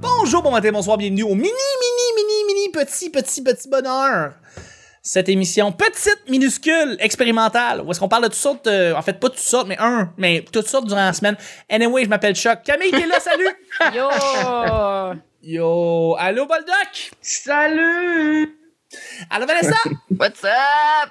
Bonjour, bon matin, bonsoir, bienvenue au mini, mini, mini, mini, petit, petit, petit bonheur. Cette émission petite, minuscule, expérimentale, où est-ce qu'on parle de toutes sortes, de- en fait, pas toutes sortes, mais un, mais toutes sortes durant la semaine. Anyway, je m'appelle Choc. Camille, t'es là, salut! Yo! Yo, allô, Boldoc! Salut! Allô, Vanessa! What's up?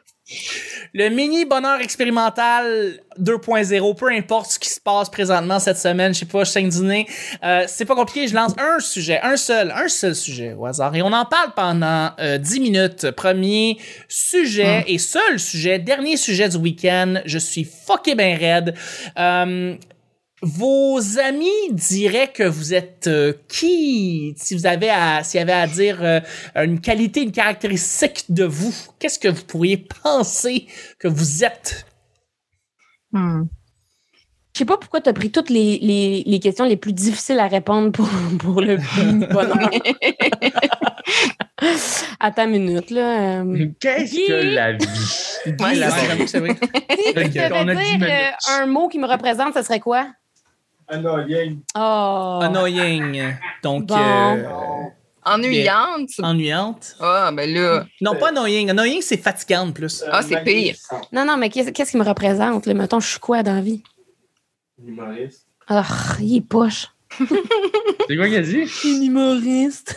Le mini bonheur expérimental 2.0, peu importe ce qui se passe présentement cette semaine, je sais pas, je saigne du nez. Euh, c'est pas compliqué, je lance un sujet, un seul, un seul sujet au hasard. Et on en parle pendant euh, 10 minutes. Premier sujet et seul sujet, dernier sujet du week-end. Je suis fucké ben raide. Euh, vos amis diraient que vous êtes euh, qui si vous avez à s'il y avait à dire euh, une qualité une caractéristique de vous qu'est-ce que vous pourriez penser que vous êtes Hmm. Je sais pas pourquoi tu as pris toutes les, les, les questions les plus difficiles à répondre pour, pour le bonheur. Attends une minute, là. euh, Qu'est-ce Guy? que la vie? Ouais, Guy, la c'est vie. j'avoue que c'est vrai. Fait Si tu devais que- on a dire, dix minutes. euh, un mot qui me représente, ce serait quoi? Oh! Ah, annoying donc Bon. euh, Ah, Ennuyante? ennuyante Ah, ben là. non pas annoying annoying c'est fatigante plus Ah, c'est pire. Non, non, mais qu'est-ce qu'est-ce qui me représente? Là? Mettons, je suis quoi dans la vie? Humoriste. Ah, il est poche. C'est quoi qu'elle dit? Un humoriste.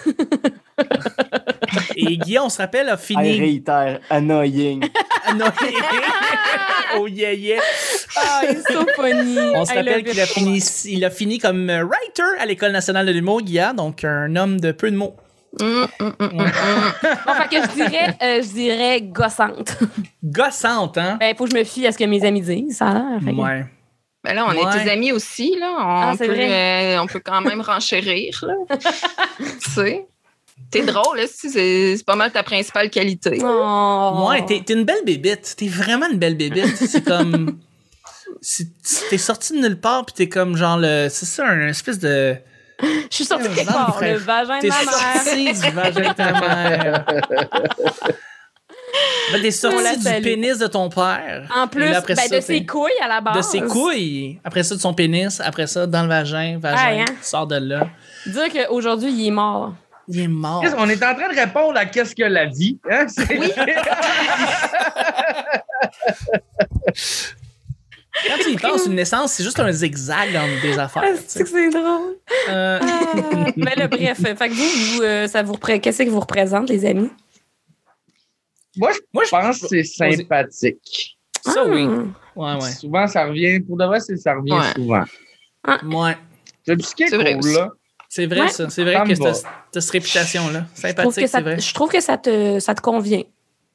et Guy on se rappelle a I fini réitère, annoying. annoying oh yeah yeah Ah, il est so funny. On se I rappelle love it. qu'il a fini, il a fini comme euh, writer à l'École nationale de l'humour, Guillaume, donc un homme de peu de mots. Hum, hum, hum, hum, hum. Bon, fait que je dirais, euh, je dirais gossante. Gossante, hein? Ben, faut que je me fie à ce que mes amis disent, ça a l'air. Fait que- Ouais. Ben là, on est Ouais. tes amis aussi, là. On, Ah, c'est peut, euh, on peut quand même renchérir, là. tu sais? T'es drôle, là, si c'est c'est pas mal ta principale qualité. Oh. Ouais, t'es, t'es une belle bébite. T'es vraiment une belle bébite. C'est comme. c'est- T'es sorti de nulle part, puis t'es comme genre le. C'est ça, un espèce de. Je suis sortie de quelque Non, part, frère. le vagin de T'es ma mère. sorti du vagin de ta mère. Ben, t'es On la sorti du salue. pénis de ton père. En Et plus, là, après ben, ça, de t'es- ses couilles à la base. De ses couilles. Après ça, de son pénis. Après ça, dans le vagin. Vagin. Aïe, hein? Sors de là. Dire qu'aujourd'hui, il est mort. Il est mort. Qu'est-ce- On est en train de répondre à qu'est-ce que la vie? Hein? C'est- Quand tu y penses, une naissance, c'est juste un zigzag entre des Ah, affaires. tu sais. Ah, c'est drôle? Euh, Mais là, Ah. Ben, bref, fait que vous, vous, euh, ça vous repré- qu'est-ce que vous représente, les amis? Moi, je moi, je pense que c'est sympathique. Ça, Ah. oui. Ouais, ouais. Souvent, ça revient. Pour de vrai, c'est- ça revient Ouais. souvent. Ouais. C'est le qui est C'est vrai cool, aussi. là. C'est vrai, Ouais. ça. C'est vrai Ça que me t'as va. t'as cette réputation-là. Je trouve que Sympathique, ça, c'est vrai. je trouve que ça te, ça te convient.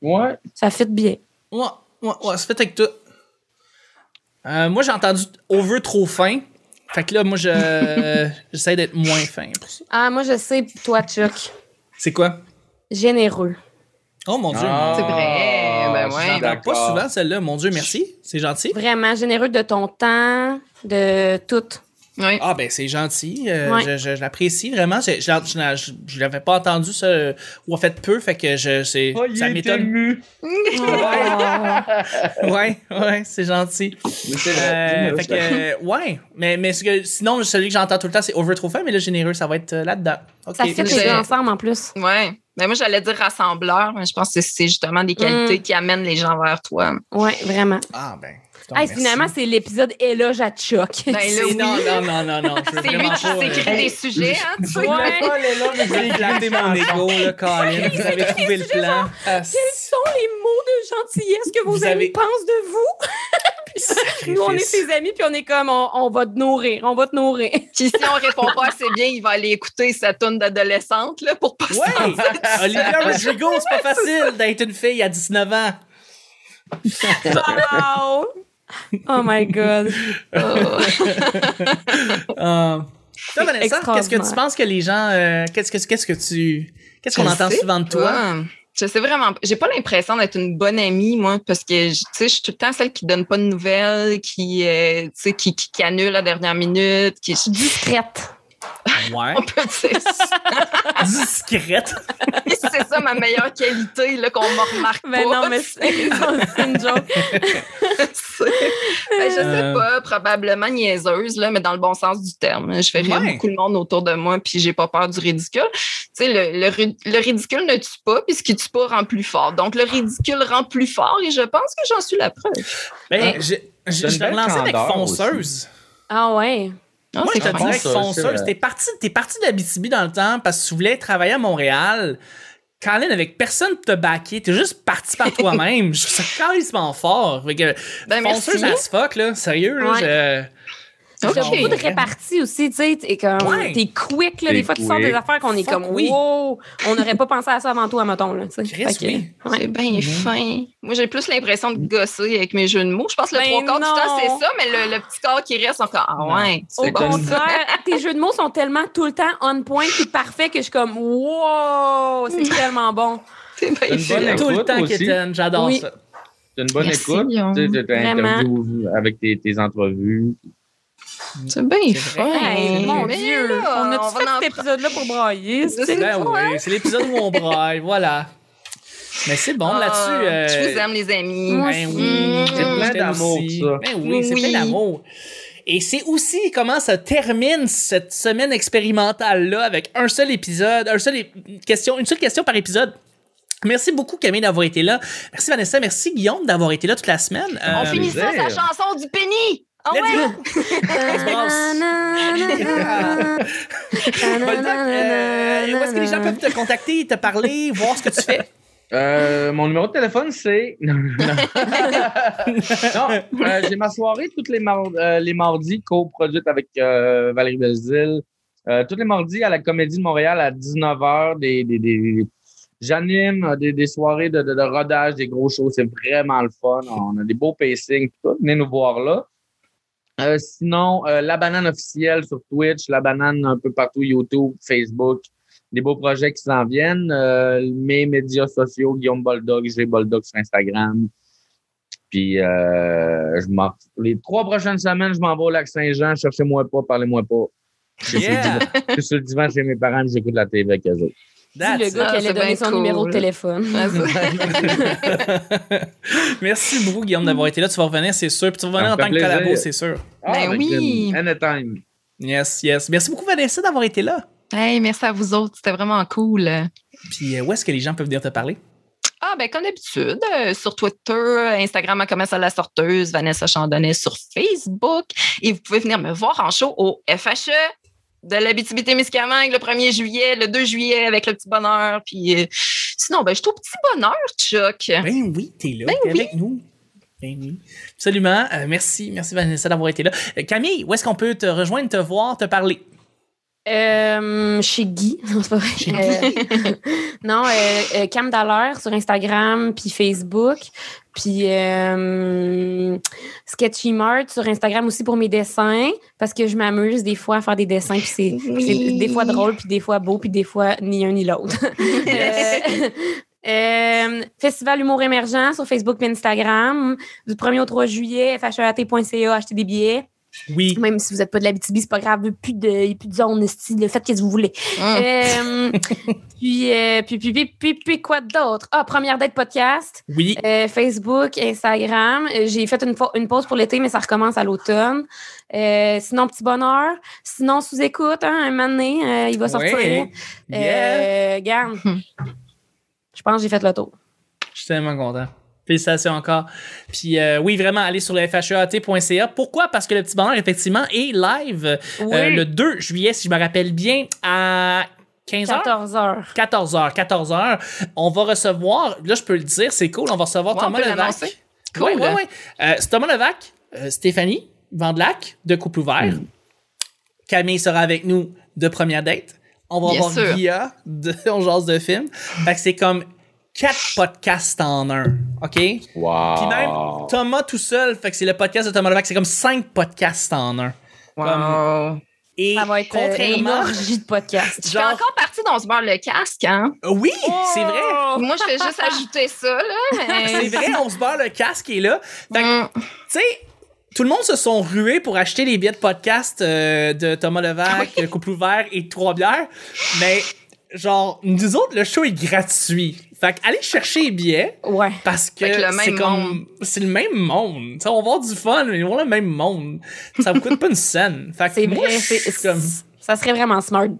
Ouais. Ça fit bien. Ouais, ouais, ouais. Ça fait avec tout. Euh, moi, j'ai entendu over trop fin. Fait que là, moi, je, euh, j'essaie d'être moins fin pour ça. Ah, moi, je sais, toi, Chuck, C'est quoi? généreux. Oh mon Dieu. Ah, C'est vrai, ben je suis ouais. J'entends d'accord. pas souvent celle-là. Mon Dieu, merci. C'est gentil. Vraiment généreux de ton temps, de tout. Oui. Ah ben c'est gentil, Euh, Ouais. je, je- je l'apprécie vraiment. Je, je, je- je- je l'avais pas entendu ça euh, ou en fait peu, fait que je c'est Oh, il ça est m'étonne. ému. Oh. Ouais, ouais, c'est gentil. Mais c'est vrai. Euh, fait que euh, ouais, mais mais ce que, sinon celui que j'entends tout le temps c'est over trop fin, mais là généreux ça va être euh, là-dedans. Ok. Ça fit les j'ai- deux ensemble, en plus. Ouais. Ben moi, j'allais dire rassembleur, mais je pense que c'est justement des qualités qui amènent les gens vers toi. Oui, vraiment. Ah ben. putain, Hey, merci. finalement, c'est l'épisode éloge à Chuck. Ben là, C'est- oui. non non non non non, je veux C'est lui vraiment qui pas, euh, s'écrit des sujets, hein, tu sais. Ouais. Oh, j'ai éclaté mon ego là, Colin. Vous avez trouvé le plan. Ah, sont les mots de gentillesse que Vous avez- pensent de vous? Nous, on est sacrifice. ses amis, puis on est comme, on, on va te nourrir, on va te nourrir. Puis si on répond pas assez bien, il va aller écouter sa toune d'adolescente là, pour pas se Ouais! Olivia Rodrigo, c'est pas facile d'être une fille à 19 ans. Wow! Oh my God. Euh, toi, Vanessa, qu'est-ce que tu extraordinaire. penses que les gens. euh, qu'est-ce, que, qu'est-ce que tu. Qu'est-ce qu'on Je entend sais souvent de toi? Ouais. Je sais vraiment pas. J'ai pas l'impression d'être une bonne amie, moi, parce que, je- tu sais, je suis tout le temps celle qui donne pas de nouvelles, qui, euh, tu sais, qui, qui, qui annule la dernière minute, qui, Discrète. Ouais. on peut dire ça. Discrète. c'est ça ma meilleure qualité, là, qu'on me remarque Ben pas. non, mais c'est c'est une joke. C'est- Ben, je sais Euh. pas, probablement niaiseuse, là, mais dans le bon sens du terme. Je fais rire Ouais. beaucoup de monde autour de moi, puis j'ai pas peur du ridicule. Tu sais, le, le ri- le ridicule ne tue pas, puis ce qui tue pas rend plus fort. Donc, le ridicule rend plus fort, et je pense que j'en suis la preuve. Ben, je, je, une je vais belle relancer avec candeur fonceuse. Ah ouais. Ah, Moi, c'est je te vrai. dirais que Fonceuse, c'est fonceuse, vrai. t'es parti, t'es parti d'Abitibi dans le temps parce que tu voulais travailler à Montréal. Colin, avec personne pour te baquer, t'es juste parti par toi-même. Je trouve ça carrément fort. Fait que, Ben, merci. fonceuse as fuck, là. Sérieux, là. T'as Ok. beaucoup de réparties aussi, tu sais. T'es comme. Ouais. T'es quick, là. T'es Des fois, tu sors des quick. affaires qu'on est Fuck comme. oui. Wow! On n'aurait pas pensé à ça avant toi, mettons, là. tu sais. Chris, Fait que- oui. C'est Mm-hmm. bien ben, fin. Moi, j'ai plus l'impression de gosser avec mes jeux de mots. Je pense que le Ben trois quarts du non. temps, c'est ça, mais le, le petit corps qui reste encore. Ah ouais, Au c'est bon. contraire, tes jeux de mots sont tellement tout le temps on point puis parfait que je suis comme wow, c'est tellement bon. C'est bien Une euh, fait. bonne tout le écoute temps, aussi. Kitten, j'adore Oui. ça. C'est une bonne Merci, écoute. Guillaume. Tu sais, t'as Vraiment. interview avec tes, tes entrevues. C'est bien C'est fin. Hey, mon Mais Dieu, là, on a-tu va fait en cet épisode-là pour brailler? Je c'est- sais. Ben Ouais. oui, c'est l'épisode où on braille, voilà. Mais c'est bon, là-dessus. Ah, Je euh, vous aime, les amis. Mm. Moi ben aussi. oui, C'est je plein t'aime d'amour, aussi. ça. Ben oui, c'est Oui. plein d'amour. Et c'est aussi comment ça termine cette semaine expérimentale-là avec un seul épisode, un seul é- question, une seule question par épisode. Merci beaucoup, Camille, d'avoir été là. Merci, Vanessa. Merci, Guillaume, d'avoir été là toute la semaine. On Euh, finit ça, sa plaisir. chanson du penny. Ah let's ouais? go. Boldoc, euh, où est-ce que les gens peuvent te contacter, te parler, voir ce que tu fais? Euh, mon numéro de téléphone, c'est. non, euh, j'ai ma soirée tous les, mar- euh, les mardis coproduite avec euh, Valérie Belzile. Euh, tous les mardis à la Comédie de Montréal à 19h. Des, des, des- J'anime euh, des, des soirées de, de- de rodage, des gros shows. C'est vraiment le fun. On a des beaux pacings. pis tout. Venez nous voir là. Euh, sinon, euh, La Banane officielle sur Twitch, La Banane un peu partout, YouTube, Facebook des beaux projets qui s'en viennent. Euh, mes médias sociaux, Guillaume Boldog, j'ai Boldog sur Instagram. Puis euh, je m'en- les trois prochaines semaines, je m'en vais au lac Saint-Jean. Cherchez-moi pas, parlez-moi pas. Je suis sur le Yeah. divan- je suis sur le divan chez mes parents, puis j'écoute la TV avec eux autres. Dis le That's gars Ah, qui allait c'est donner bien son cool. numéro de Mm. téléphone. Merci beaucoup, Guillaume, d'avoir été là. Tu vas revenir, c'est sûr. Puis tu vas revenir Ça en me tant fait que collabo, plaisir. c'est sûr. Ben avec oui. une- Anytime. Yes, yes. Merci beaucoup, Vanessa, d'avoir été là. Hey, merci à vous autres. C'était vraiment cool. Puis euh, où est-ce que les gens peuvent venir te parler? Ah, ben, comme d'habitude, euh, sur Twitter, Instagram, à Commerce à la sorteuse, Vanessa Chandonnet sur Facebook. Et vous pouvez venir me voir en show au FHE de l'Abitibi-Témiscamingue le 1er juillet, le 2 juillet avec le petit bonheur. Puis euh, sinon, ben, je suis au petit bonheur, Chuck. Ah. Ben oui, t'es là. t'es avec nous. Ben oui. Absolument. Euh, merci, merci, Vanessa, d'avoir été là. Euh, Camille, où est-ce qu'on peut te rejoindre, te voir, te parler? Euh, chez Guy. Non, c'est pas vrai. Euh, non, euh, euh, Cam Dallaire sur Instagram puis Facebook. Puis euh, Sketchy Mart sur Instagram aussi pour mes dessins parce que je m'amuse des fois à faire des dessins. Puis c'est Oui. c'est des fois drôle, puis des fois beau, puis des fois ni un ni l'autre. Euh, euh, Festival Humour Émergent sur Facebook et Instagram. Du 1er au 3 juillet, E fhat.ca, acheter des billets. Oui. Même si vous n'êtes pas de la BTB, c'est pas grave. Plus de, plus de zone, esti, le fait qu'est-ce que vous voulez. Hum. Euh, puis, euh, puis, puis, puis, puis, puis quoi d'autre? Ah, première date podcast, Oui. euh, Facebook, Instagram. Euh, J'ai fait une, fa- une pause pour l'été, mais ça recommence à l'automne. Euh, sinon, petit bonheur. Sinon, sous-écoute, hein, un moment donné, euh, il va sortir. Ouais. Yeah. Euh, garde. Je pense que j'ai fait le tour. Je suis tellement content. Félicitations encore. Puis euh, oui, vraiment, allez sur le E fhat.ca. Pourquoi? Parce que le petit bonheur, effectivement, est live euh, le 2 juillet, si je me rappelle bien, à 15h. 14 heures. 14h, 14h. On va recevoir, là je peux le dire, c'est cool, on va recevoir Ouais, on Thomas peut Levac. l'annoncer. Cool. Ouais, ouais, ouais. Euh, c'est Thomas Levac, euh, Stéphanie Vandelac de Couple Ouvert. Camille sera avec nous de première date. On va Bien avoir sûr. Guilla de On jase de film. Fait que c'est comme quatre podcasts en un. OK? Wow. Puis même Thomas tout seul, fait que c'est le podcast de Thomas Levac, c'est comme cinq podcasts en un. Comme- Et Ça va être euh, une contrairement. orgie de podcast. Je fais Genre- encore partie dans ce beurre le casque, hein? Oui, c'est Oh. vrai. Moi, je fais juste ajouter ça, là. mais- C'est vrai, on se barre le casque et là. Fait que Hum. tu sais, tout le monde se sont rués pour acheter les billets de podcast euh, de Thomas Levac, euh, Couple ouvert et Trois bières. Mais, genre, nous autres, le show est gratuit. Fait Fait que allez chercher les billets Ouais. parce que Fait que le c'est même comme monde. c'est le même monde. Tu sais, on va avoir du fun, mais on va le même monde. Ça vous coûte pas une scène. Fait que C'est moi, vrai. je suis c'est- comme Ça serait vraiment smart de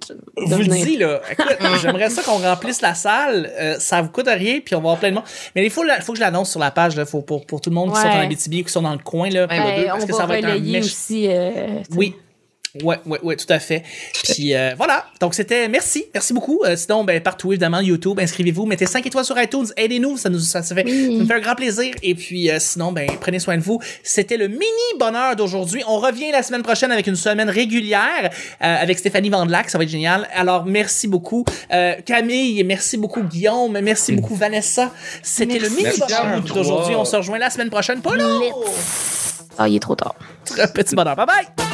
vous le venir. dis là. Écoute, j'aimerais ça qu'on remplisse la salle. Euh, ça vous coûte rien, puis on va avoir plein de monde. Mais il faut, la- faut que je l'annonce sur la page là, faut pour, pour tout le monde qui Ouais. sont dans la BTB ou qui sont dans le coin là. Ouais, pour Ben, deux, parce on que va ça va être un relayer méch- aussi. euh, tu sais. Oui. Ouais, ouais, ouais, tout à fait. Puis euh, voilà. Donc c'était merci, merci beaucoup. Euh, sinon, ben partout évidemment YouTube, inscrivez-vous, mettez 5 étoiles sur iTunes, aidez-nous, ça nous ça, ça fait ça nous fait un grand plaisir. Et puis euh, sinon, ben prenez soin de vous. C'était le mini bonheur d'aujourd'hui. On revient la semaine prochaine avec une semaine régulière euh, avec Stéphanie Vandelac, ça va être génial. Alors merci beaucoup euh, Camille, merci beaucoup Guillaume, merci beaucoup Vanessa. C'était le mini Merci à bonheur vous d'aujourd'hui. trois. On se rejoint la semaine prochaine. Pas long. Ah, il est trop tard. Petit bonheur. Bye bye.